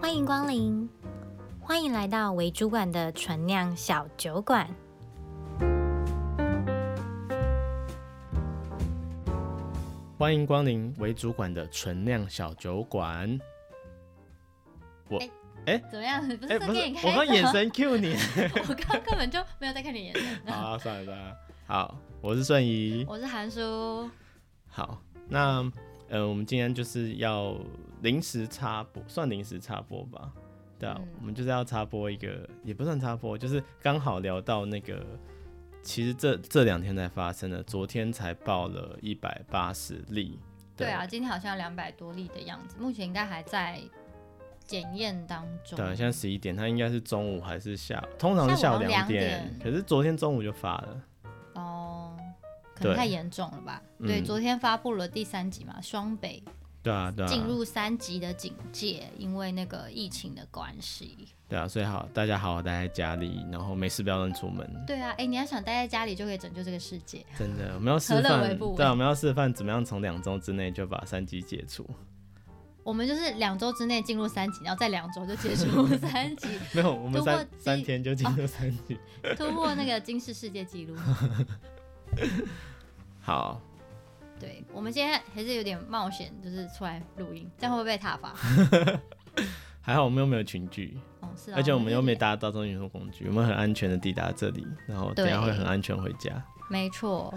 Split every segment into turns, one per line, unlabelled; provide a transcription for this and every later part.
欢迎光临，欢迎来到为主管的纯酿小酒馆。
欢迎光临为主管的纯酿小酒馆。
怎么样？ 不
哎、
是
不
跟你
是，
开
我
的
刚眼，神 cue 你。
我刚根本就没有在看你眼 神。
好啊、算了算了，好，我是顺仪。
我是韩叔，
好，那呃，我们今天就是要临时插播，算临时插播吧。对啊，
嗯
我们就是要插播一个，也不算插播，就是刚好聊到那个，其实这这两天才发生的，昨天才报了一百八十例。
对啊，，今天好像两百多例的样子，目前应该还在检验当中。
对啊，现在十一点，它应该是中午还是下午？通常是下午
下
两
午2点
可是昨天中午就发了。
哦，可能
对
太严重了吧？
嗯
对，昨天发布了第三级嘛，双北
对啊，对啊，
进入三级的警戒，因为那个疫情的关系。
对啊，所以好，大家好好待在家里，然后没事不要乱出门。
对啊，哎，你要想待在家里就可以拯救这个世界。
真的，我们要示
何乐
范
为不，为
对啊，我们要示范怎么样从两周之内就把三级解除。
我们就是两周之内进入三级，然后在两周就结束三级，
没有，我们
如果
三
这
三天就进入三级。
突破那个金氏世界纪录。
好，
对，我们今天还是有点冒险，就是出来录音，这样会不会被 踏伐？
还好我们又没有群聚，
哦，是啊。
而且我们又没
打。
搭大众运输工具，我们很安全的抵达这里，然后等一下
对
会很安全回家。
没 错。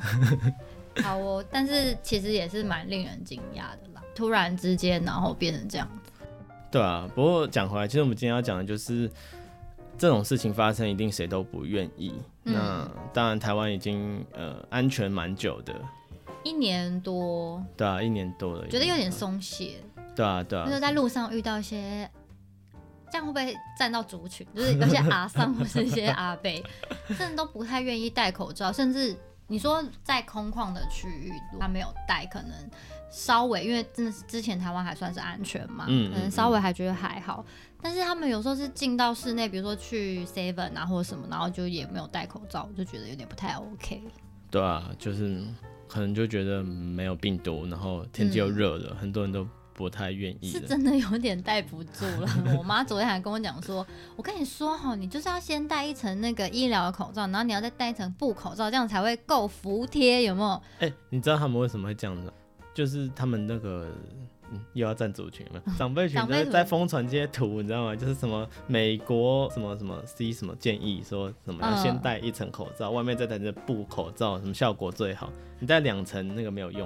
好哦，但是其实也是蛮令人惊讶的啦，突然之间，然后变成这样子。
对啊，不过讲回来，其实我们今天要讲的就是这种事情发生，一定谁都不愿意。
嗯
那当然，台湾已经呃安全蛮久的，
一年多，
对啊，一年多了，
觉得有点松懈，
对啊，对啊
就是，在路上遇到一些，这样会不会占到族群？ 就是 有些阿桑或是一些阿贝，甚至都不太愿意戴口罩，甚至你说在空旷的区域，他没有戴，可能稍微因为真的是之前台湾还算是安全嘛，
嗯嗯
可能稍微还觉得还好。但是他们有时候是进到室内，比如说去 Seven 啊或者什么，然后就也没有戴口罩，我就觉得有点不太 OK。
对啊，就是可能就觉得没有病毒，然后天气又热了，很多人都不太愿意
嗯是
了。
真的有点戴不住了。我妈昨天还跟我讲说，我跟你说哈，你就是要先戴一层那个医疗的口罩，然后你要再戴一层布口罩，这样才会够服帖，有没有？
哎、你知道他们为什么会这样子吗？就是他们那个。嗯又要站族群了，长辈群
长辈
在
群
在疯传这些图，你知道吗？就是什么美国什么什么 C 什么建议说什么要
嗯
先戴一层口罩，外面再戴那布口罩，什么效果最好？你戴两层那个没有用。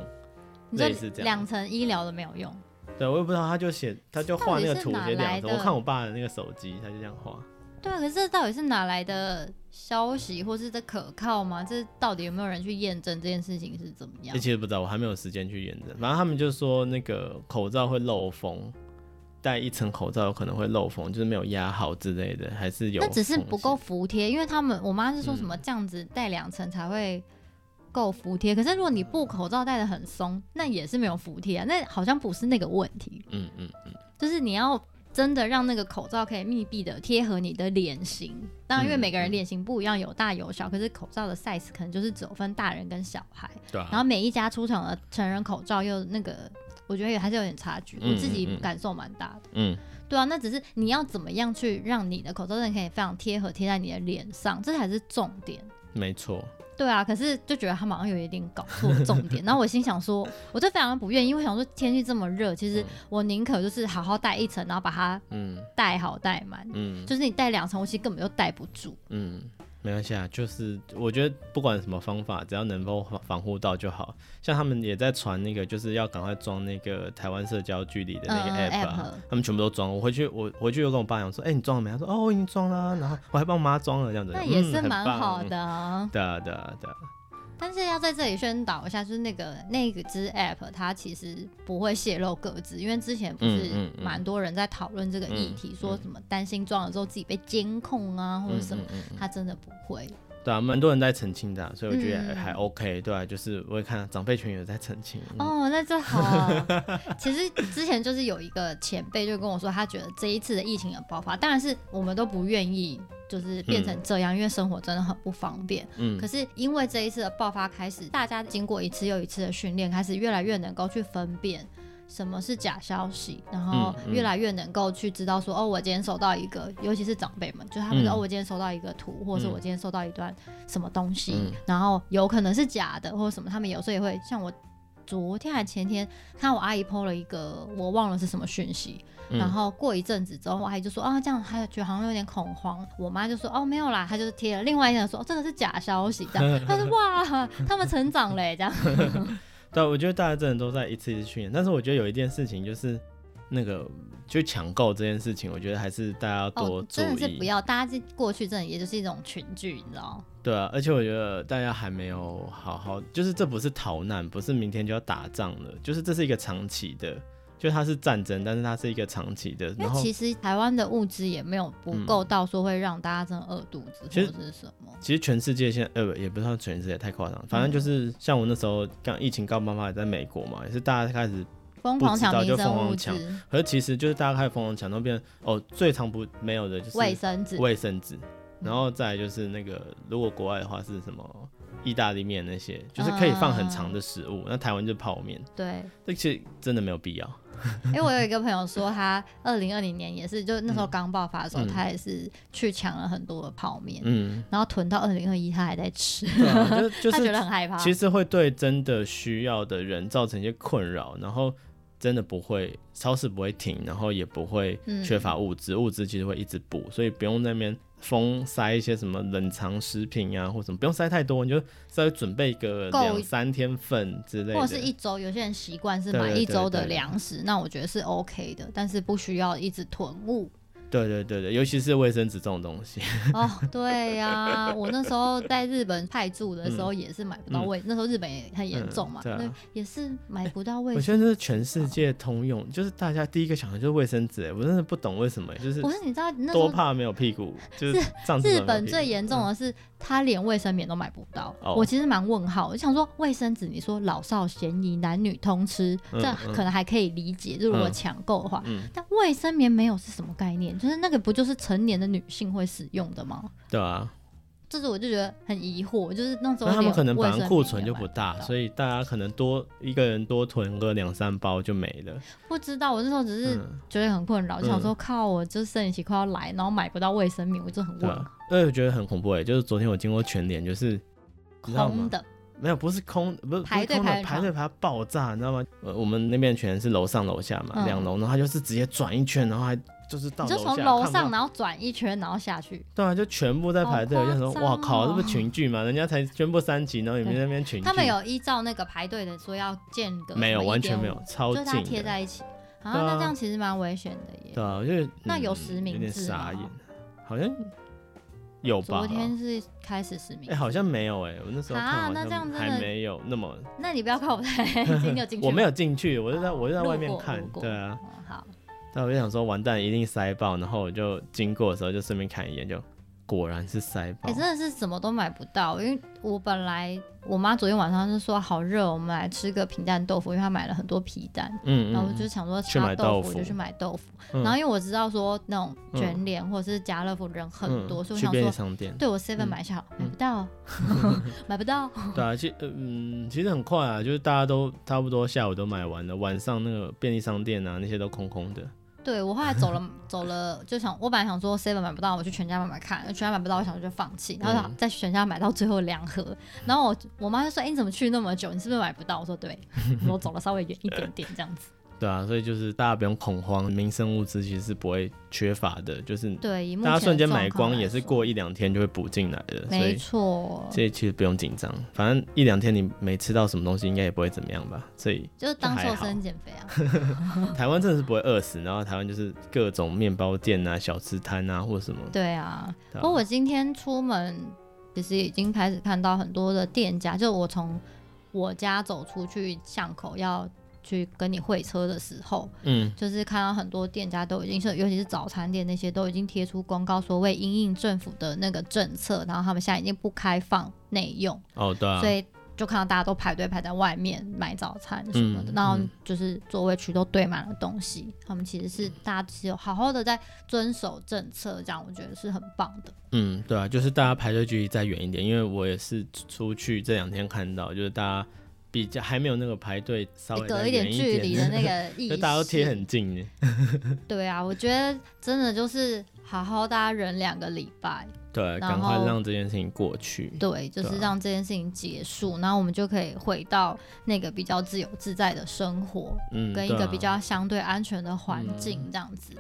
你说
类似这样
两层医疗的没有用，
对，我也不知道，他就写他就画那个图
到底
写
是哪
两层，
来的
我看我爸的那个手机，他就这样画。
对啊。可是这到底是哪来的消息，或是这可靠吗？这到底有没有人去验证这件事情是怎么样
欸、？其实不知道，我还没有时间去验证。反正他们就说那个口罩会漏风，戴一层口罩有可能会漏风，就是没有压好之类的，还是有。嗯
那只是不够。服帖，因为他们我妈是说什么这样子戴两层才会够服帖，可是如果你布口罩戴的很松，那也是没有服帖啊，那好像不是那个问题，
嗯嗯嗯，
就是你要真的让那个口罩可以密闭的贴合你的脸型。当然，因为
嗯
每个人
嗯
脸型不一样，有大有小，可是口罩的 size 可能就是只有分大人跟小孩，
对啊。
然后每一家出厂的成人口罩又那个，我觉得也还是有点差距，
嗯
我自己
嗯嗯
感受蛮大的。
嗯，
对啊，那只是你要怎么样去让你的口罩真的可以非常贴合贴在你的脸上，这才是重点。
没错。
对啊，可是就觉得他们好像有一点搞错重点，然后我心想说，我就非常不愿意，因为我想说天气这么热，其实我宁可就是好好戴一层，然后把它
嗯
戴好戴满，
嗯
就是你戴两层，我其实根本就戴不住。
嗯，没关系啊。就是我觉得不管什么方法，只要能够防防护到就好。像他们也在传那个，就是要赶快装那个台湾社交距离的那个
嗯嗯
app 啊。
app
他们全部都装，我回去我回去又跟我爸讲说，哎、你装了没？他说，哦，我已经装了啊，然后我还帮我妈装了这样子。
那也
嗯
是
很
蛮
棒
好的啊、
对啊，对啊，对啊，
但是要在这里宣导一下，就是那个那个支 app 它其实不会泄露各自，因为之前不
嗯嗯
是
嗯
蛮多人在讨论这个议题，
嗯
说什么担心装了之后自己被监控啊或者什么，
嗯嗯嗯
它真的不会。
对啊，蛮多人在澄清的啊、所以我觉得
嗯
还还 OK，对啊，就是我也看长辈群有在澄清，嗯
哦，那 就好。其实之前就是有一个前辈就跟我说，他觉得这一次的疫情的爆发，当然是我们都不愿意就是变成这样，因为生活真的很不方便。
嗯
可是因为这一次的爆发开始，大家经过一次又一次的训练，开始越来越能够去分辨什么是假消息，然后
嗯嗯
越来越能够去知道说，哦，我今天收到一个，尤其是长辈们，就是他们说，
嗯
哦，我今天收到一个图，或者是
嗯
我今天收到一段什么东西，
嗯
然后有可能是假的或者什么，他们有时候也会像我。昨天还前天，看我阿姨 PO 了一个我忘了是什么讯息，
嗯
然后过一阵子之后，我阿姨就说啊，这样她觉得好像有点恐慌。我妈就说哦，没有啦，她就是贴了。另外一个人说、哦、这个是假消息，这 样。她说哇，他们成长嘞，这样。
对，啊我觉得大家真的都在一次一次训练，但是我觉得有一件事情就是那个就抢购这件事情，我觉得还是大家要 多
哦，
注
真的是
意。
不要，大家这过去真的也就是一种群聚，你知道？
对啊，而且我觉得大家还没有好好，就是这不是逃难，不是明天就要打仗了，就是这是一个长期的，就它是战争，但是它是一个长期的。
因
然
为
后嗯
其实台湾的物资也没有不够到说会让大家真的饿肚子、
其实
或者是什么。
其实全世界现在呃不也不算全世界太夸张，
嗯
反正就是像我那时候刚疫情刚爆发也在美国嘛，也是大家开始
疯狂抢民
不知道就疯
生
狂
物资
抢、可是其实就是大家开始疯狂抢，都变哦最常不没有的就是
卫生纸，嗯
卫生纸，然后再来就是那个，如果国外的话是什么意大利面那些，就是可以放很长的食
啊
物。那台湾就泡面，
对。
这其实真的没有必要。
因为我有一个朋友说，他二零二零年也是，就那时候刚爆发的时候，
嗯
他也是去抢了很多的泡面，
嗯，
然后囤到二零二一，他还在吃，
对啊，就就
他觉
是
得很害怕。
其实会对真的需要的人造成一些困扰，然后真的不会超市不会停，然后也不会
嗯
缺乏物资，物资其实会一直补，所以不用在那边封塞一些什么冷藏食品啊或什么，不用塞太多，你就稍微准备个
够
两三天份之类的，
或者是一周，有些人习惯是
对
买
对
一周的
对对
粮食，那我觉得是 OK 的，但是不需要一直囤物。
对对对对，尤其是卫生纸这种东西，
哦，对呀、我那时候在日本派驻的时候也是买不到卫，那时候日本也很严重嘛，
嗯对啊
那也是买不到卫
我
生。
觉得这是全世界通用，就是大家第一个想的就是卫生纸，哎，我真的不懂为什么，就是
不是，你知道那时
多
候
怕没有屁股，就是上厕所没有
日
屁股
本最严重的是，他连卫生棉都买不到。
嗯哦
我其实蛮问号，我想说卫生纸，你说老少咸宜，男女通吃，
嗯
这
嗯
可能还可以理解，就如果抢购的话。
嗯，
但卫生棉没有是什么概念？就是那个不就是成年的女性会使用的吗？
对啊，
这是我就觉得很疑惑，就是那时候
那他们
连
可能
卫
本
生
来
棉
库存
也
就
买
不大，
到
所以大家可能多一个人多囤个两三包就没了。
不知道，我那时候只是
嗯，
觉得很困扰，就想
嗯
说靠，我就生理期快要来，然后买不到卫生棉，我就很
对
问
啊，因为我觉得很恐怖哎，就是昨天我经过全联，就是你知道吗
空的，
没有，不是空，不是
排队
不是空的
排很长
排队排到爆炸，你知道吗？呃，我们那边全是楼上楼下嘛，
嗯
两楼，然后他就是直接转一圈，然后还就是到
你就
楼下，
从
看
楼
不到
上然后转一圈，然后下去。
对啊，就全部在排队，
好
我就想说
夸张
哇靠，
哦
这不群聚吗？人家才宣布三级，然后你们在那边群聚，
他们有依照那个排队的说要间隔，
没有完全没有，，超
就是它
近
贴
的，
在一起。啊，
对啊
那这样其实蛮危险的
对
耶。
啊，我就
那有实
实
名
有点
制吗
傻
嗯
眼，好像有吧？
昨天是开始实名
哎，，好像没有哎，我那时候看
啊
好
那这样
像
真的
还没有那么，
那你不要看我 不太近就进去，
我没有进去，我就在
哦
我就在外
路
面
过
看
路，过
对啊，
哦好，
但我就想说完蛋，一定塞爆，然后我就经过的时候就顺便看一眼，就果然是塞爆
哎，，真的是什么都买不到，因为我本来我妈昨天晚上就说好热，我们来吃个平蛋豆腐，因为她买了很多皮蛋，
嗯
然后我
嗯
就想说
去
吃
买
豆
豆
腐
腐
就去买豆腐，
嗯
然后因为我知道说那种
嗯
卷帘或者是家乐福人很
嗯，
多，所以我
去
想
便利
说
商 嗯店，
对我 seven 买下好，买不到， 买不到，
对啊，其呃嗯，其实很快啊，就是大家都差不多下午都买完了，晚上那个便利商店啊那些都空空的。
对我后来走了走了，就想我本来想说 seven 买不到，我去全家买买看，全家买不到，我想就放弃，然后
嗯
在全家买到最后两盒，然后我我妈就说：“哎、你怎么去那么久？你是不是买不到？”我 说：“对，我走了稍微远一点点这样子。
对啊，所以就是大家不用恐慌，民生物资其实是不会缺乏的，就是”
对，以目
大家
前
瞬
的
间
状
买
况
光
来
也是
说，
过一两天就会补进来的，所
没
以
错，
这其实不用紧张，反正一两天你没吃到什么东西应该也不会怎么样吧。所以
就是当
还
瘦
好
身减肥啊。
台湾真的是不会饿死，然后台湾就是各种面包店啊、小吃摊啊或什么，
对啊，
对啊
不过我今天出门，其实已经开始看到很多的店家，就我从我家走出去巷口要去跟你会车的时候，
嗯
就是看到很多店家都已经是，尤其是早餐店那些都已经贴出公告，说为因应政府的那个政策，然后他们现在已经不开放内用，
哦对啊
所，以。就看到大家都排队排在外面买早餐什么的，
嗯
然后
嗯
就是座位区都堆满了东西。他们其实是大家是有好好的在遵守政策，这样我觉得是很棒的。
嗯，对啊，就是大家排队距离再远一点，因为我也是出去这两天看到，就是大家比较还没有那个排队稍微
隔
再
一点
远
距离的那
个，
个意
就
识，
大家都贴很近耶。
对啊，我觉得真的就是好好大家忍两个礼拜，
对，
然
赶快
后
让这件事情过去。
对，就
对
是
啊
让这件事情结束，然后我们就可以回到那个比较自由自在的生活，
嗯，
跟一
对
个
啊
比较相对安全的环境这样子。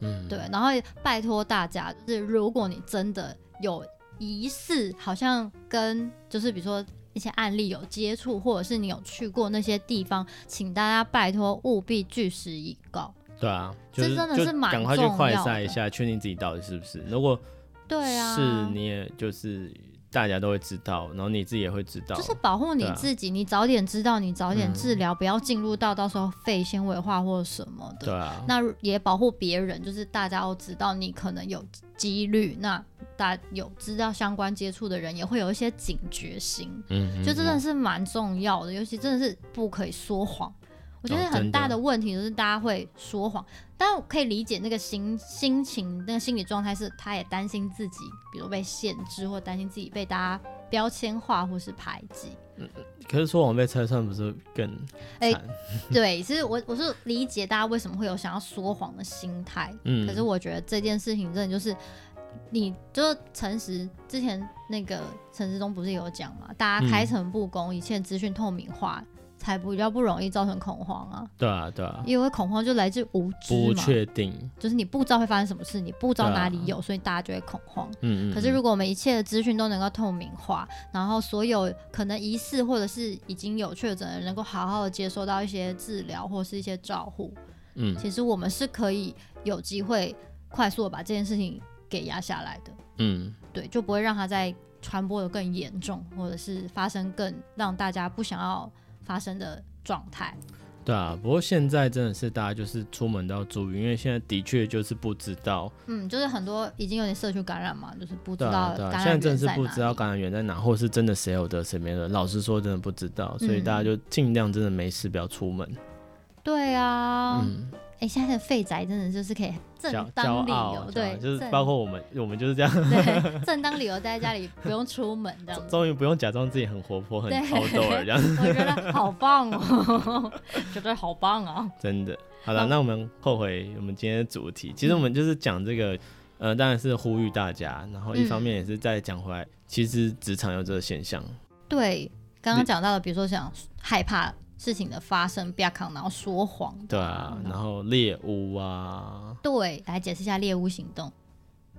嗯，
对，然后也拜托大家，就是如果你真的有疑似，好像跟就是比如说一些案例有接触，或者是你有去过那些地方，请大家拜托务必据实以告。
对啊，就
这
是
真的
就是
蛮
赶快去
重
快
要
筛一
的
下，确定自己到底是不是。如果
对啊，
是你也就是大家都会知道，然后你自己也会知道，
就是保护你
对啊
自己，你早点知道，你早点
嗯
治疗，不要进入到到时候肺纤维化或什么
对
的。
啊，
那也保护别人，就是大家都知道你可能有几率，那大有知道相关接触的人也会有一些警觉心，
嗯，
就
嗯
真的
嗯
是蛮重要的，尤其真的是不可以说谎。我觉
哦
得
真
很
的
大的问题就是大家会说谎，但我可以理解那个心心情、那个心理状态是，他也担心自己，比如被限制，或担心自己被大家标签化或是排 挤。
可是说谎被拆穿不是更
哎
惨？
对，其实我我是理解大家为什么会有想要说谎的心态，
嗯，
可是我觉得这件事情真的就是，你就是诚实。之前那个陈志忠不是有讲嘛，大家开
嗯
诚布公，一切资讯透明化，才比较不容易造成恐慌啊。
对啊对啊，
因为恐慌就来自无知
不
嘛，
确定，
就是你不知道会发生什么事，你不知道
对啊
哪里有，所以大家就会恐慌。
嗯嗯，
可是如
果
果我们一切的资讯都能够透明化，然后所有可能疑似或者是已经有确诊的人能够好好的接受到一些治疗或是一些照护，
嗯
其实我们是可以有机会快速的把这件事情给压下来的，
嗯
对，就不会让它再传播的更严重，或者是发生更让大家不想要发生的状态。
对啊，不过现在真的是大家就是出门都要注意，因为现在的确就是不知道，
嗯，就是很多已经有点社区感染嘛，就是不知
对
道
啊对啊，
感染
现在真
源
的是
在
不
哪
知道
里
感染源在哪，或是真的谁有得谁没得，老实说真的不知道，所以大家
嗯
就尽量真的没事不要出门，
对啊，哎、
嗯，
现在的废宅真的就是可以正
骄骄
当理
傲
由，
骄
对
傲，就是
正
包括我们我们就是这样。
对正当理由待在家里不用出门这样子。
终于不用假装自己很活泼、很
对
outdoor 这样，
我觉得好棒哦， 觉得好棒啊！
真的。好了，
好嗯
那我们后回我们今天的主题，其实我们就是讲这个，呃，当然是呼吁大家，然后一方面
嗯
也是在讲回来，其实职场有这个现象，
对，刚刚
你
讲到的，比如说想害怕事情的发生，不要扛，然后说谎。
对啊，
嗯
然后猎巫啊，
对，来解释一下猎巫行动。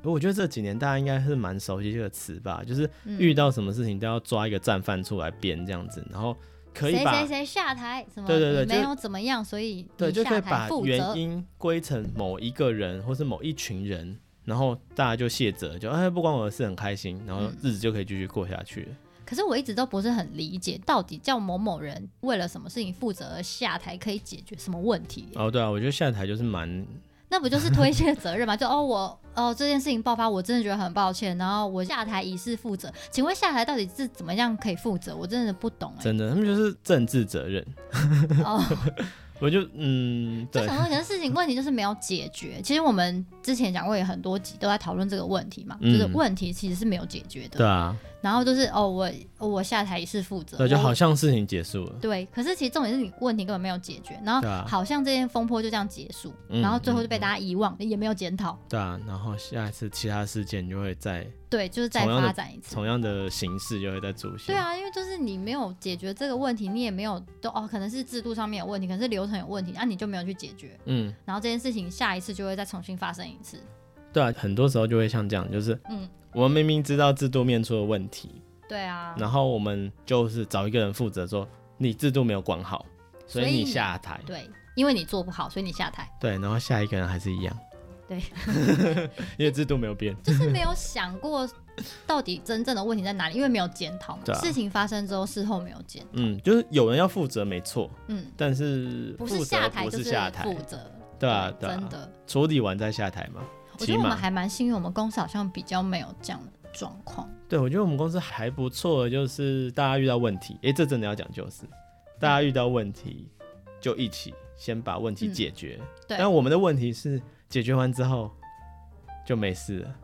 我觉得这几年大家应该是蛮熟悉这个词吧，就是
嗯
遇到什么事情都要抓一个战犯出来编这样子，然后可以
谁
把
谁谁下台，什么
对对对
你
就
没有怎么样，所以
对，
你
就可
下
以
台
把
负责
原。因归成某一个人或是某一群人，然后大家就卸责，就哎不关我的事，很开心，然后
嗯
日子就可以继续过下去了。
可是我一直都不是很理解，到底叫某某人为了什么事情负责而下台，可以解决什么问题？
哦，对啊，我觉得下台就是蛮
那不就是推卸责任吗？就哦，我哦这件事情爆发，我真的觉得很抱歉，然后我下台以示负责。请问下台到底是怎么样可以负责？我真的不懂哎、
真的，他们就是政治责任。
哦，
我就嗯，
就
对
想，说，可能事情问题就是没有解决。其实我们之前讲过，也很多集都在讨论这个问题嘛，
嗯
就是问题其实是没有解决
对
的。
啊，
然后就是哦，我我下台以示负责，
对，就
啊我
好像事情结束了。
对，可是其实重点是你问题根本没有解决，然后
对啊
好像这件风波就这样结束，
嗯
然后最后就被大家遗忘，也没有检讨。
对啊，然后下一次其他事件就会再
对，就是再
同样的
发展一次。
同样的形式就会再出现。
对，啊，因为就是你没有解决这个问题，你也没有都哦，可能是制度上面有问题，可能是流程有问题，那、你就没有去解决，
嗯，
然后这件事情下一次就会再重新发生一次。
对啊，很多时候就会像这样，就是
嗯，
我们明明知道制度面出了问题，
对啊，
然后我们就是找一个人负责说你制度没有管好，所以
所以
你下台。
对，因为你做不好，所以你下台，
对，然后下一个人还是一样。
对，
因为制度没有变。
就是没有想过到底真正的问题在哪里，因为没有检讨嘛。
对啊
事情发生之后，事后没有检，
嗯，就是有人要负责没错，
嗯，
但是
不
负责
下台
不
就是
下台，
负责，
对啊对啊
真的。
处理完再下台嘛。
我觉
起
得我们
码
还蛮幸运，我们公司好像比较没有这样的状 况。
对我觉得我们公司还不错，就是大家遇到问题，诶，这真的要讲究是，大家遇到问题就一起先把问题
嗯
解决。
对
但我们的问题是解决完之后就没事了。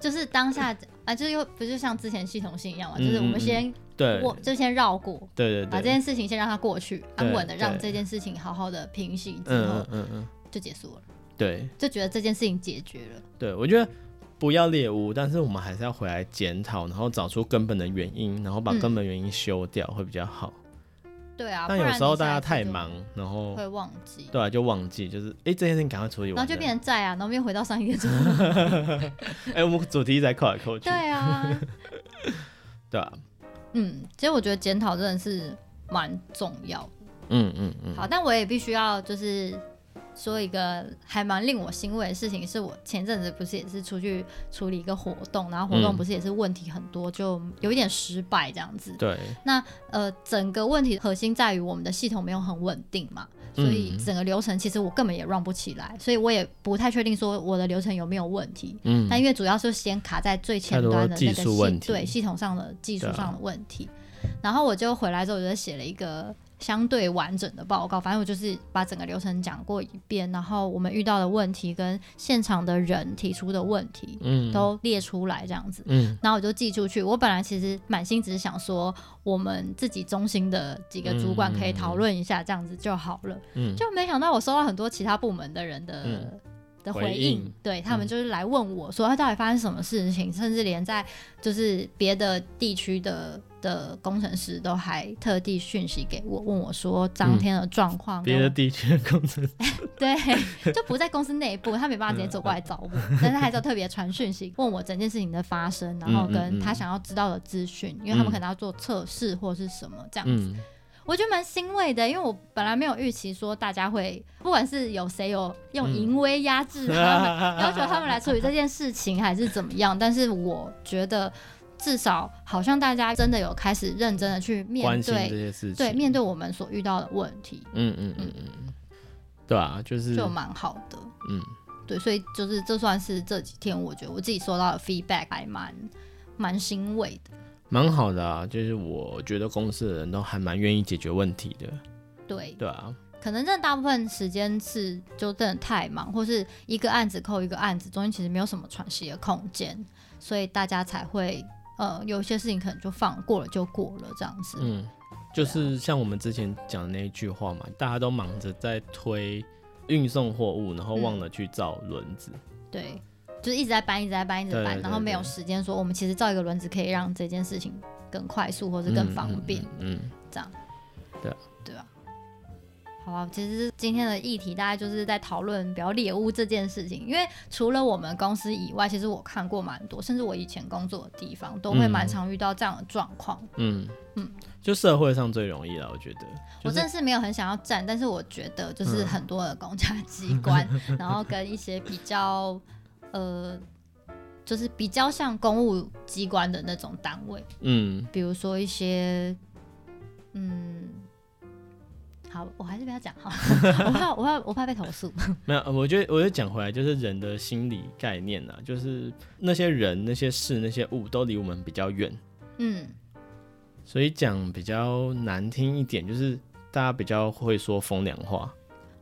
就是当下啊，就是又不就像之前系统性一样嘛，就是我
嗯嗯
们
嗯
先
对
我就先绕过，
对对
把这
对，
件事情先让它过去，
对
安稳的让
对
这件事情好好的平息之
嗯
后
嗯，嗯嗯，
就结束了，
对
就觉得这件事情解决了。
对，我觉得。不要猎物，但是我们还是要回来检讨，然后找出根本的原因，然后把
嗯
根本原因修掉、会比较好。
对啊，
但
不
有
然
时候
你下
大家
一次
太
就
忙，然后
会忘记，
对啊就忘记，就是哎、这件事情赶快处理完
然
了，
后就变成在啊，然后又回到上一 个主
啊哎、我们主题一直在扣来扣去，
对啊，
对吧、啊？
嗯，其实我觉得检讨真的是蛮重要的
嗯嗯嗯，
好，但我也必须要就是说一个还蛮令我欣慰的事情，是我前阵子不是也是出去处理一个活动，然后活
嗯
动不是也是问题很多，就有一点失败这样子。
对，
呃，整个问题核心在于我们的系统没有很稳定嘛，所以
嗯
整个流程其实我根本也 run 不起来，所以我也不太确定说我的流程有没有问题。
嗯
但因为主要是先卡在最前
太多
端的
技
那个
术
系
问题
对系统上的技术
对啊
上的问题。然后我就回来之后，我就写了一个相对完整的报告，反正我就是把整个流程讲过一遍，然后我们遇到的问题跟现场的人提出的问题
嗯
都列出来，这样子。
嗯
然后我就寄出去。我本来其实满心只是想说，我们自己中心的几个主管可以讨论一下，这样子就好了。
嗯，
就没想到我收到很多其他部门的人的、
嗯
的
回
回应，
应嗯
对他们就是来问我说，他啊到底发生什么事情，甚至连在就是别的地区的的工程师都还特地讯息给我，问我说当天的状况
嗯
跟
别
我、
的地区的工程师，
对， 就不在公司内部，他没办法
嗯
直接走过来找我，但是还是要特别传讯息问我整件事情的发生，然后
嗯嗯
跟
嗯
他想要知道的资讯，因为他们
嗯
可能要做测试或是什么这样子。
嗯
我觉得蛮欣慰的，因为我本来没有预期说大家会，不管是有谁有用淫威压制嗯他
嗯
们，要求他们来处理这件事情，还是怎么样。但是我觉得，至少好像大家真的有开始认真的去面
关心这
对，
些事情，
对面对我们所遇到的问题，
嗯嗯嗯嗯，对啊，就是
就蛮好的。
嗯
对，所以就是这算是这几天我觉得我自己收到的 feedback 还蛮蛮欣慰的。
蛮好的啊，就是我觉得公司的人都还蛮愿意解决问题的，
对，
对啊，
可能真的大部分时间是就真的太忙，或是一个案子扣一个案子，中间其实没有什么喘息的空间，所以大家才会呃有一些事情可能就放过了就过了这样子。
嗯，
啊
就是像我们之前讲的那一句话嘛，大家都忙着在推运送货物，
嗯
然后忘了去造轮子，
对，就是一直在搬，一直在搬，一直在搬，
对对
然后没有
对
时间说我们其实造一个轮子可以让这件事情更快速或是更方便。
嗯，嗯
这样。
对啊，
对啊。好啊，其实今天的议题大概就是在讨论不要猎物这件事情，因为除了我们公司以外，其实我看过蛮多，甚至我以前工作的地方都会
嗯
蛮常遇到这样的状况。
嗯嗯
嗯，
就社会上最容易了，我觉得。就是
我
嗯
真的是没有很想要站，但是我觉得就是很多的公家机 关，然后跟一些比较呃，就是比较像公务机关的那种单位，
嗯，
比如说一些，嗯，好，我还是不 要讲好了，我怕我怕我怕被投诉。
没有，呃我觉得我就讲回来，就是人的心理概念啊，就是那些人、那些事、那些物都离我们比较远，
嗯，
所以讲比较难听一点，就是大家比较会说风凉话，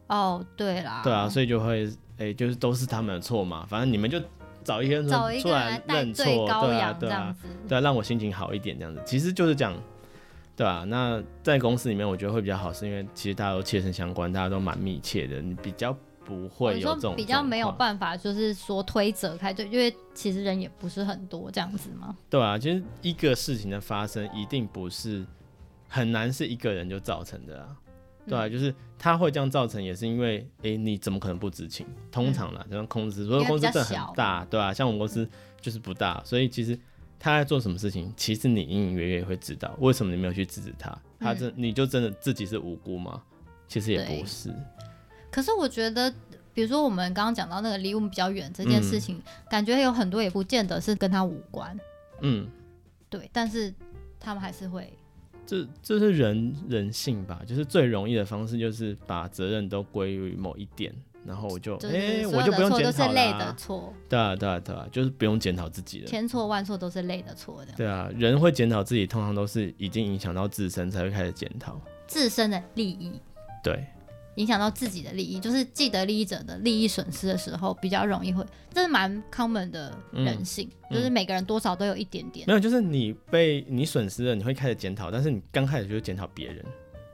哦，对啦，
对啊，所以就会哎、就是都是他们的错嘛，反正你们就找一些人
找一
出
个人来带
认错，
罪羔
对啊
羊，这
对
样
啊，
子，
对啊，让我心情好一点这样子，其实就是讲。对啊，那在公司里面，我觉得会比较好，是因为其实大家都切身相关，大家都蛮密切的，你比较不
我
会有这
哦说
种
比较没有
状况
办法，就是说推责开，对，因为其实人也不是很多这样子嘛。
对啊，其实一个事情的发生一定不是很难是一个人就造成的啊。对
嗯
啊，就是他会这样造成，也是因为，诶，你怎么可能不知情？通常啦，像公司，所以
嗯因为
公
比
司
较
真的很
小
大，对啊，像我们公司就是不大，所以其实他在做什么事情，其实你隐隐约约会知道，为什么你没有去制止他？他真、你就真的自己是无辜吗？其实也
嗯对
不是，
可是我觉得，比如说我们刚刚讲到那个离我们比较远这件事情，感觉有很多也不见得是跟他无关，
嗯，
对，但是他们还是会，
这这是人人性吧，就是最容易的方式就是把责任都归于某一点，然后我就
就
哎、
是所
我
有
就不
的
用
错
检
都是
讨啦
累的错，
对啊对啊对啊，就是不用检讨自己了。
千错万错都是累的错的。
对啊，人会检讨自己，通常都是已经影响到自身才会开始检讨。
自身的利益。
对，
影响到自己的利益，就是既得利益者的利益损失的时候，比较容易会，这是蛮 common 的人性，
嗯
就是每个人多少都有一点点
没。有，就是你被你损失了，你会开始检讨，但是你刚开始就检讨别人，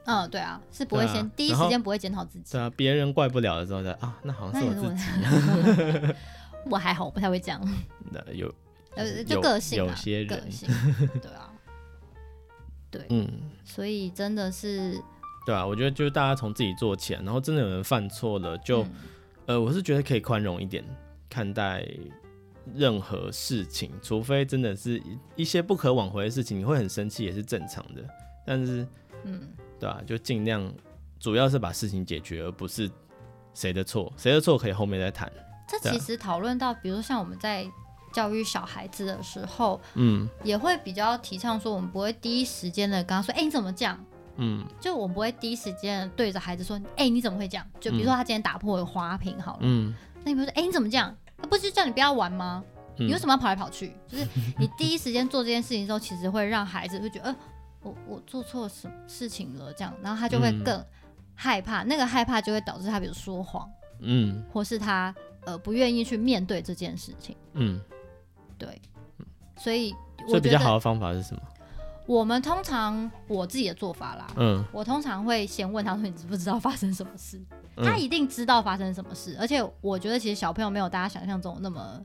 嗯，对啊，是不会
对啊
先、第一
然
时
后
间不会检讨自己
对。啊，别人怪不了的时候才啊，那好像
那
是我
也是
自
我
己
的。 我还好，我不太会这样，
的有
呃，
有
就个性啊
有些人
个性，对啊，
嗯。
所以真的是
对啊，我觉得就是大家从自己做起啊来，然后真的有人犯错了，就、
嗯
呃，我是觉得可以宽容一点看待任何事情，除非真的是一一些不可挽回的事情，你会很生气也是正常的。但是，
嗯，
对啊，就尽量主要是把事情解决，而不是谁的错，谁的错可以后面再 谈。
这
对啊
其实讨论到，比如像我们在教育小孩子的时候，
嗯
也会比较提倡说，我们不会第一时间的跟他说，哎、你怎么这样？
嗯
就我们不会第一时间地对着孩子说，哎、你怎么会这样？就比如说他今天打破了花瓶好了，
嗯
那你比如说，哎、你怎么这样？那不是叫你不要玩吗？你为
嗯，
什么要跑来跑去？就是你第一时间做这件事情之后，其实会让孩子会觉得，呃，我我做错什么事情了这样，然后他就会
嗯
更害怕，那个害怕就会导致他比如说谎，
嗯
或是他呃不愿意去面对这件事情。
嗯，
对，所以
所
我
以比
觉
较好
得
的方法是什么？
我们通常我自己的做法啦，
嗯，
我通常会先问他说：“你知不知道发生什么事？”
嗯
他一定知道发生什么事，而且我觉得其实小朋友没有大家想象中那么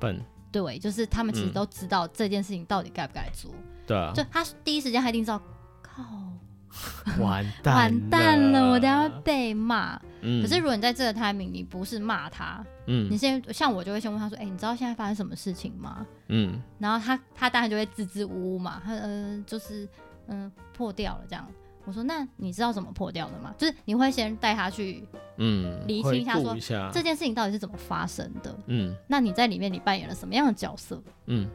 笨，
对，就是他们其实
嗯
都知道这件事情到底该不该做。
对啊
就，他第一时间他一定知道，靠，
完蛋
完蛋了，我等下
了
被骂。
嗯，
可是如果你在这个 timing 你不是骂他，你
嗯
先像我就会先问他说：“哎、你知道现在发生什么事情吗
嗯？”
然后他他当然就会支支吾吾嘛，他呃就是嗯、破掉了这样。我说：“那你知道怎么破掉的吗？”就是你会先带他去
嗯，
厘清一下
回顾
说
一下
这件事情到底是怎么发生的，
嗯
那你在里面你扮演了什么样的角色？
嗯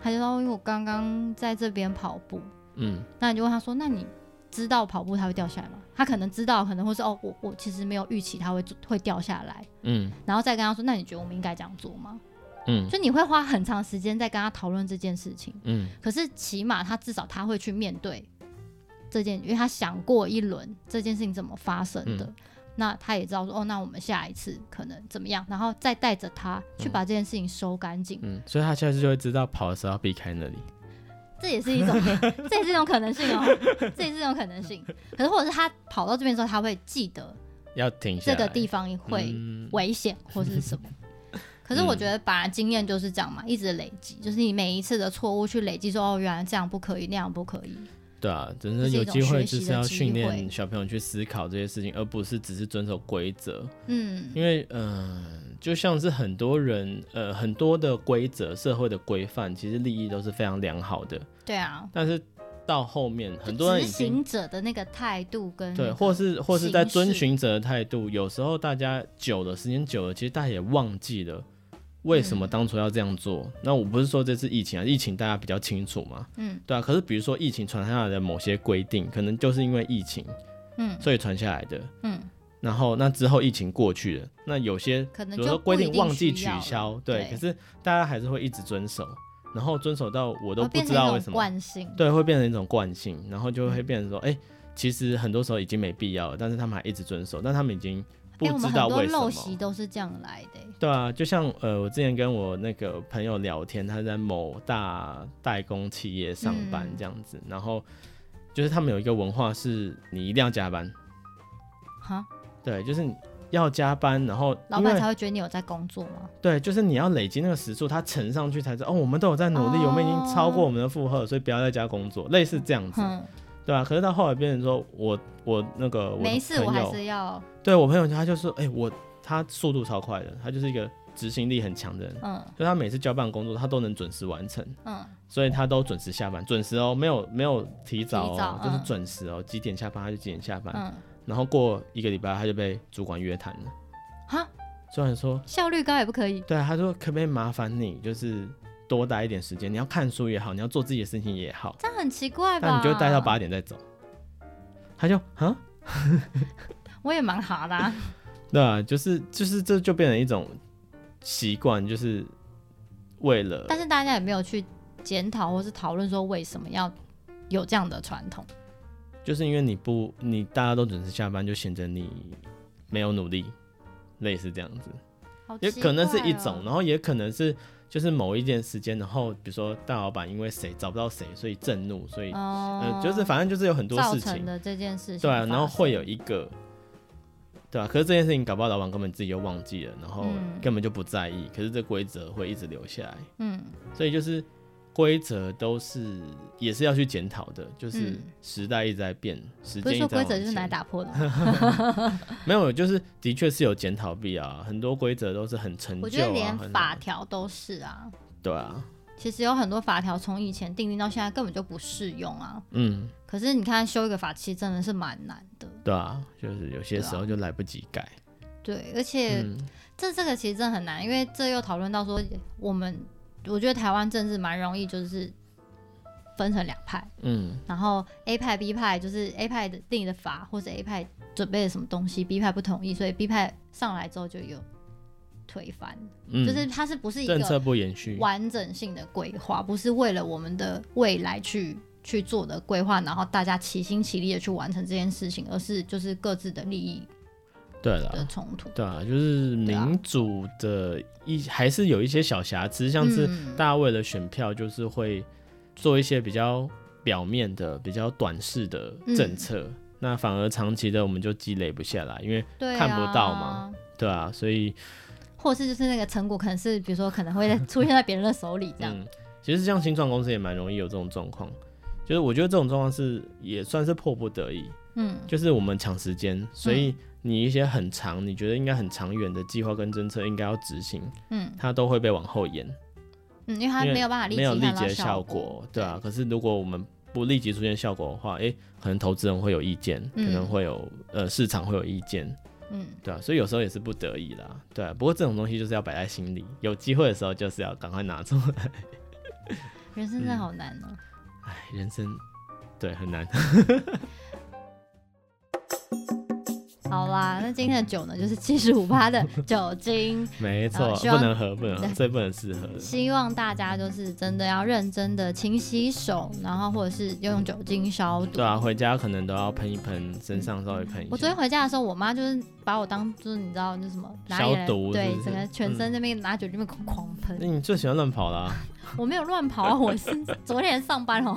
他就说：“因为我刚刚在这边跑步。”
嗯
那你就问他说：“那你知道跑步它会掉下来吗？”他可能知道，可能会是哦，我我其实没有预期它会会掉下来，
嗯
然后再跟他说：“那你觉得我们应该这样做吗
嗯？”
就你会花很长时间在跟他讨论这件事情，
嗯
可是起码他至少他会去面对这件，因为他想过一轮这件事情怎么发生的。
嗯
那他也知道说，哦，那我们下一次可能怎么样，然后再带着他去把这件事情收干净，
嗯，所以他下次就会知道跑的时候要避开那里。
这也 是一种，这也是一种可能性哦，这也是一种可能性。可是或者是他跑到这边的时候，他会记得
要停下
这
来
个地方会
嗯
危险或是 什么。可是我觉得把经验就是这样嘛，一直累积，就是你每一次的错误去累积，说哦，原来这样不可以，那样不可以。
对啊，真
这
的
是一
有
种
机会
学习
就
的
是要
机
训练
会
小朋友去思考这些事情，而不是只是遵守规则。
嗯
因为嗯、呃就像是很多人呃很多的规则、社会的规范，其实利益都是非常良好的，
对啊，
但是到后面
就
很多人已
执
经
行者的那个态度跟那
对，
个
或是或是在
嗯形式
遵循者的态度，有时候大家久了，时间久了，其实大家也忘记了为什
嗯
么当初要这样做。那我不是说这次疫情啊，疫情大家比较清楚嘛，
嗯，
对啊。可是比如说疫情传下来的某些规定，可能就是因为疫情，
嗯
所以传下来的，
嗯。
然后那之后疫情过去了，那有些
可能
比如
就
说规
不一
定
定
忘记
需
取
要了
消，
对
对，可是大家还是会一直遵守，然后遵守到我都不
会哦变
知
成一
道
种
为什么。
惯性。
对，会变成一种惯性，然后就会
嗯
变成说，哎、其实很多时候已经没必要了，但是他们还一直遵守，但他们已经不
哎我
知
们
道
很多
为什
陋
么。
习都是这样来的欸、
对啊，就像呃，我之前跟我那个朋友聊天，他在某大代工企业上班
嗯
这样子，然后就是他们有一个文化是，你一定要加班，
哈，
对，就是你要加班，然后
老
因
板
为
才会觉得你有在工作吗？
对，就是你要累积那个时数，他乘上去才知道哦，我们都有在努力，我们已经超
哦
过我们的负荷，所以不要在家工作，类似这样子。
哼，
对啊，可是到后来变成说我我那个我的
没事，
朋
我还
友
是要
对我朋友他就是哎、我他速度超快的，他就是一个执行力很强的人，
嗯
就他每次交办工作他都能准时完成，
嗯
所以他都准时下班，准时哦，没有没有提早哦，
提早
就是
嗯
准时哦，几点下班他就几点下班，
嗯，
然后过一个礼拜他就被主管约谈了，
哈，
虽然说
效率高也不可以。
对啊他说可不可以麻烦你就是多待一点时间，你要看书也好，你要做自己的事情也好，
这样很奇怪吧？
那你就待到八点再走，他就啊。
我也蛮好 的、啊，
对啊，就是就是这就变成一种习惯，就是为了
但是大家也没有去检讨或是讨论说为什么要有这样的传统。
就是因为你不，你大家都准时下班，就显得你没有努力，类似这样子，
好奇
也
怪哦
可能是一种，然后也可能是就是某一件时间，然后比如说大老板因为谁找不到谁，所以震怒，所以、
哦
呃，就是反正就是有很多
造
事
成
情，
的这件事情
对、啊，然后
发生
会有一个，对啊，可是这件事情搞不好老板根本自己就忘记了，然后
嗯
根本就不在意，可是这规则会一直留下来，
嗯
所以就是规则都是也是要去检讨的，就是
嗯
时代一直在变，时
不
间
是
一直在
说规则
往
就是拿来
前
打 破的吗，
没有，就是的确是有检讨必要啊，很多规则都是很陈
我觉
旧啊，
得连
很
法条都是啊。
对啊，
其实有很多法条从以前订定到现在根本就不适用啊。
嗯，
可是你看修一个法其实真的是蛮难的，
对啊，就是有些时候就来不及改，
对，而且
嗯
这这个其实真的很难，因为这又讨论到说我们，我觉得台湾政治蛮容易就是分成两派，
嗯
然后 A 派 B 派就是 A 派的定的法，或者 A 派准备了什么东西，B 派不同意，所以 B 派上来之后就有推翻，
嗯，
就是它是不是一
政
个
策不延续，
完整性的规划，不是为了我们的未来去。去做的规划，然后大家齐心齐力的去完成这件事情，而是就是各自的利益
对
的
了。
冲突。
对啊，就是民主的一、还是有一些小瑕疵，像是
嗯
大家为了选票，就是会做一些比较表面的、比较短视的政策，
嗯
那反而长期的我们就积累不下来，因为
对
看不到
啊
嘛对啊，所以
或是就是那个成果可能是比如说可能会在出现在别人的手里这样。
嗯，其实像新创公司也蛮容易有这种状况，就是我觉得这种状况是也算是迫不得已，
嗯，
就是我们抢时间，所以你一些很长，你觉得应该很长远的计划跟政策应该要执行，
嗯
它都会被往后延，
嗯，因为他
因为
没有办法立
没有
即
立
看
即
到
的效
果，
对啊。可是如果我们不立即出现效果的话，诶、可能投资人会有意见，可
嗯
能会有、呃市场会有意见，
嗯，
对啊，所以有时候也是不得已啦，对啊。不过这种东西就是要摆在心里，有机会的时候就是要赶快拿出来。
人生真的好难哦、
唉人生对很难。 嗯
好啦，那今天的酒呢，就是七十五趴的酒精，
没错，
啊希
不
望
能喝，不能喝
对，
最不能适合的。
希望大家就是真的要认真的勤洗手，然后或者是用酒精消毒。
对啊，回家可能都要喷一喷，身上稍微喷一下。
我昨天回家的时候，我妈就是把我当就是你知道就是什么拿
消
眼
毒是
对
不，是嗯
整个全身那边拿酒精那边狂喷
那、。你最喜欢乱跑啦、
我没有乱跑啊，我是昨天上班 哦。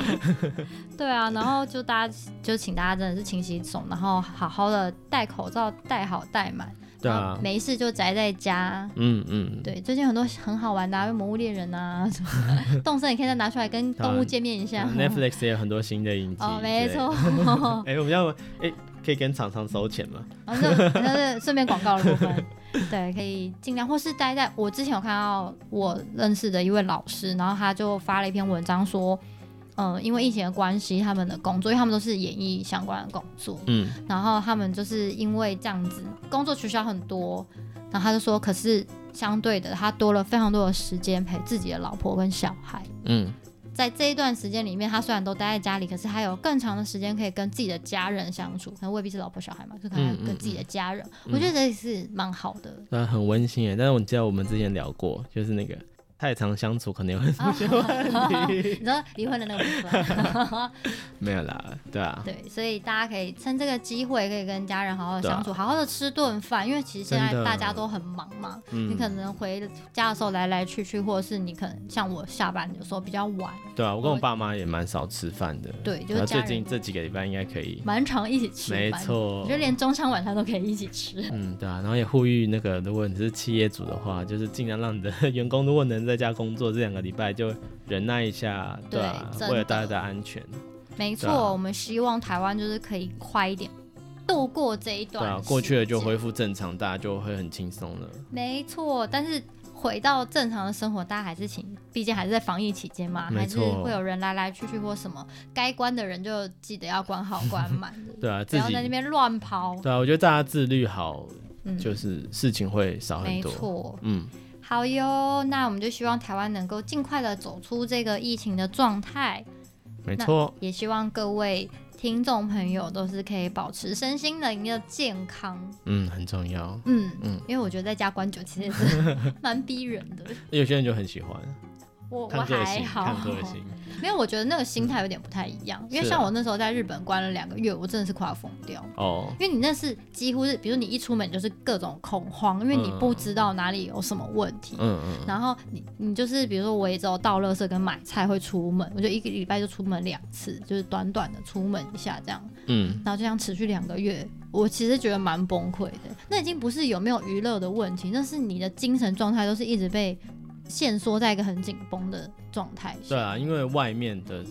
对啊，然后就大家就请大家真的是勤洗手，然后好好的戴口罩，戴好戴满。
对
然
啊
后，没事就宅在家。
嗯嗯，
对，最近很多很好玩的、啊，魔物猎人啊，什么动森也可以再拿出来 跟动物见面一下。
啊 Netflix 也有很多新的影集。
哦，没错。
对。哎、我们要哎、可以跟厂商收钱吗？
然后就那是顺便广告的部分，对，可以尽量或是待在我之前有看到我认识的一位老师，然后他就发了一篇文章说，嗯、因为疫情的关系，他们的工作，因为他们都是演艺相关的工作，
嗯，
然后他们就是因为这样子工作取消很多，然后他就说，可是相对的，他多了非常多的时间陪自己的老婆跟小孩。
嗯，
在这一段时间里面，他虽然都待在家里，可是还有更长的时间可以跟自己的家人相处，可能未必是老婆小孩嘛，就可能还有跟自己的家人，
嗯嗯
我觉得这也是蛮好的。
那很温馨耶。但是我记得我们之前聊过，就是那个太常相处可能有
啊
出现问
你
题。
知道离婚的那个 部分，
没有啦，对啊，
对，所以大家可以趁这个机会，可以跟家人好好的
对啊
相处，好好的吃顿饭，因为其实现在
真的
大家都很忙嘛，
嗯
你可能回家的时候来来去去，或者是你可能像我下班有时候比较晚，
对啊，我跟我爸妈也蛮少吃饭的。
对，就
然
是
后啊
家
最近
人
这几个礼拜应该可以。
蛮常一起吃
没
饭，
错，
我觉得连中餐晚餐都可以一起吃。
嗯，对啊，然后也呼吁那个，如果你是企业主的话，就是尽量让你的 员工，如果能在家工作这两个礼拜，就忍耐一下，对啊
对真，的
为了大家的安全，
没错，
对啊
我们希望台湾就是可以快一点度过这一
对
段、
啊，过去了就。恢复正常，大家就会很轻松了。
没错，但是回到正常的生活，大家还是请，毕竟还是在防疫期间嘛，
没
还是
错
会有人来来去去或什么，该关的人就记得要关好关满，
对啊，
不
自
要
己
在那边乱跑。
对啊，我觉得大家自律好，
嗯，
就是事情会少很
没
多。
错。
嗯，
好哟，那我们就希望台湾能够尽快的走出这个疫情的状态，
没错，
也希望各位听众朋友都是可以保持身心灵的健康。
嗯，很重要。
嗯
嗯
因为我觉得在家关久其实也是蛮逼人的。
有些人就很喜欢，
我我
看个
还
性，
好
看，个性。
没有，我觉得那个心态有点不太一样，因为
是啊
像我那时候在日本关了两个月，我真的是快要疯掉。
哦，
因为你那是几乎是，比如你一出门就是各种恐慌，因为你不知道哪里有什么问题。
嗯嗯，
然后你你就是比如说我也只有倒垃圾跟买菜会出门，我就一个礼拜就出门两次，就是短短的出门一下这样，
嗯，
然后就这样持续两个月，我其实觉得蛮崩溃的。那已经不是有没有娱乐的问题，那是你的精神状态都是一直被限缩在一个很紧绷的状态下。
对啊，因为外面的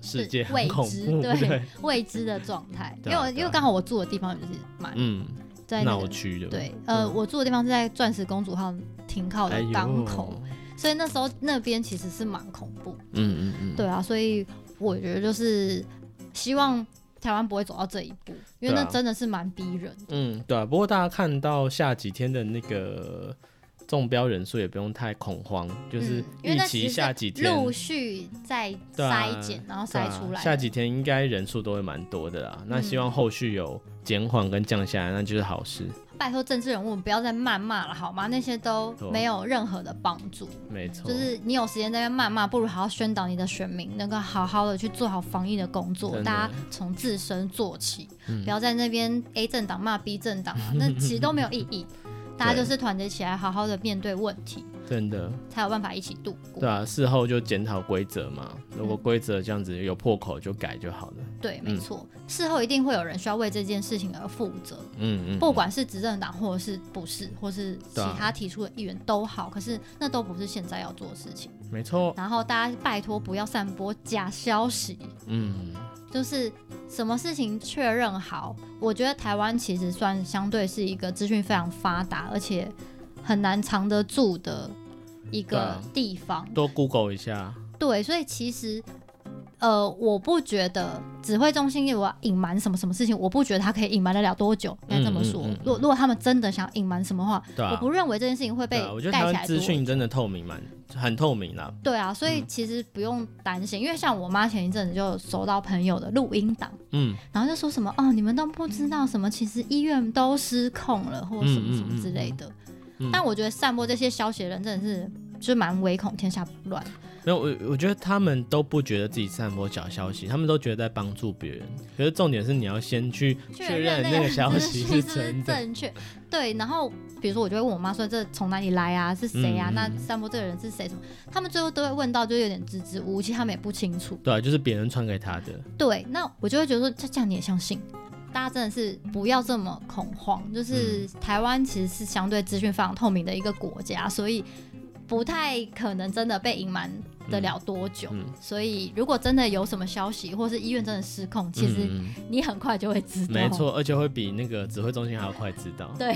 世界
未
很恐
知
怖，
对
对，
未知的状态，因
对
为
啊
我因
对
为
啊
刚好我住的地方就是蛮
嗯，
在那
闹
个
区的，
对，呃，
嗯
我住的地方是在钻石公主号停靠的
哎呦
港口，，所以那时候那边其实是蛮恐怖。
嗯嗯嗯，
对啊，所以我觉得就是希望台湾不会走到这一步，因为
对
那
啊
真的是蛮逼人的。
嗯，对啊。不过大家看到下几天的那个中标人数，也不用太恐慌，就是
嗯因为
预
那其
期
实
下
是
几天，
陆续在
对啊
筛检，然后
对
筛
啊
出来的。嗯
下几天应该人数都会蛮多的啦。那希望后续有减缓跟降下来，那就是好事。
拜托政治人物不要再谩骂了好吗？那些都
对啊啊
没有任何的帮助。
没错，
就是你有时间在那边谩骂，不如好好宣导你的选民，能够好好的去做好防疫的工作，
真的
大家从自身做起，
嗯
不要在那边 A 政党骂 B 政党啊，那其实都没有意 义。大家就是团结起来，好好的面对问题，
真的，
才有办法一起度过。
对啊。事后就检讨规则嘛，如果规则这样子有破口就改就好了。
对没错。事后一定会有人需要为这件事情而负责，
嗯嗯，
不管是执政党或者是不是，或是其
对啊
他提出的议员都好，可是那都不是现在要做的事情。
嗯没错，
然后大家拜托不要散播假消息，
嗯，
就是什么事情确认好，我觉得台湾其实算相对是一个资讯非常发达，而且很难藏得住的一
对
个
啊
地方。
多 Google 一下，
对，所以其实。呃，我不觉得指挥中心有隐瞒什么什么事情，我不觉得他可以隐瞒得了多久。应该这么
嗯嗯
说，
嗯嗯
如果如果他们真的想隐瞒什么话，
对
我
啊
不。认为这件事情会被
对啊，我觉得台
盖起
湾
来
资
多
讯真的透明蛮，很透明啦。
对啊，所以
嗯
其实不用担心，因为像我妈前一阵子就有收到朋友的录音档，
嗯，
然后就说什么哦，你们都不知道什么，其实医院都失控了，或者什么什么之类的。
嗯
但我觉得散播这些消息的人真的是，就是蛮唯恐天下不乱。
没有我，我觉得他们都不觉得自己散播假消息，他们都觉得在帮助别人。可是重点是你要先去确认那个 消息
是
是
不是
真的。
正确？对，然后比如说，我就会问我妈说这从哪里来啊，是谁啊？
嗯嗯
那
嗯
散播这个人是谁？什么？他们最后都会问到，就有点支支吾吾，其实他们也不清楚。
对啊，就是别人传给他的。
对，那我就会觉得说，这这样你也相信？大家真的是不要这么恐慌，就是
嗯
台湾其实是相对资讯非常透明的一个国家，所以不太可能真的被隐瞒得了多久。
嗯嗯
所以如果真的有什么消息，或是医院真的失控，其实
嗯、嗯
你很快就会知道。哦
没，错，而且会比那个指挥中心还要快知道。
对，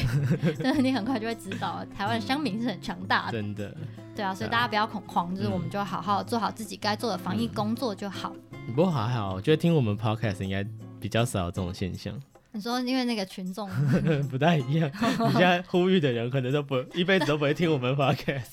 真的你很快就会知道，台湾的乡民是很强大的。
真的，
对啊，所以
对啊
大家不要恐慌，就是
嗯
我们就好好做好自己该做的防疫
嗯
工作就好。
不过还好，我觉得听我们 podcast 应该比较少有这种现象，
你说，因为那个群众
不太一样。你现在呼吁的人可能都不一辈子都不会听我们 podcast。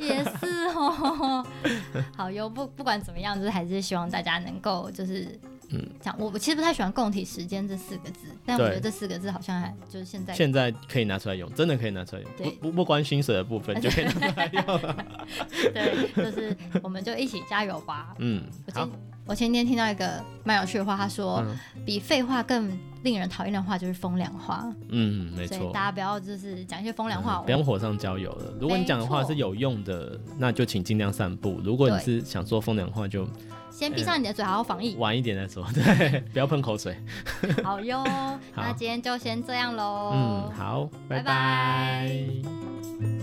也是哦。 好哟，不不管怎么样，就是还是希望大家能够就是。嗯
嗯，
讲我我其实不太喜欢“共体时间”这四个字，但我
对
觉得这四个字好像还就是现在
现在可以拿出来用，真的可以拿出来用，
对
不不不关薪水的部分就可以拿出来用 了。
对， 就是我们就一起加油吧。
嗯，
我
好
前，我前天听到一个蛮有趣的话，他说、
嗯
比废话更令人讨厌的话就是风凉话，
嗯，没
所
错
以大。家不要就是讲一些风凉话。
嗯不用火上浇油了。如果你讲的话
没错
是有用的，那就请尽量散步。如果你
对
是想说风凉话，就
先闭上你的嘴，好好防疫。
晚一点再说， 对，不要喷口水。
好 哟，
嗯
那今天就先这样喽。
嗯，好，
拜
拜
拜
拜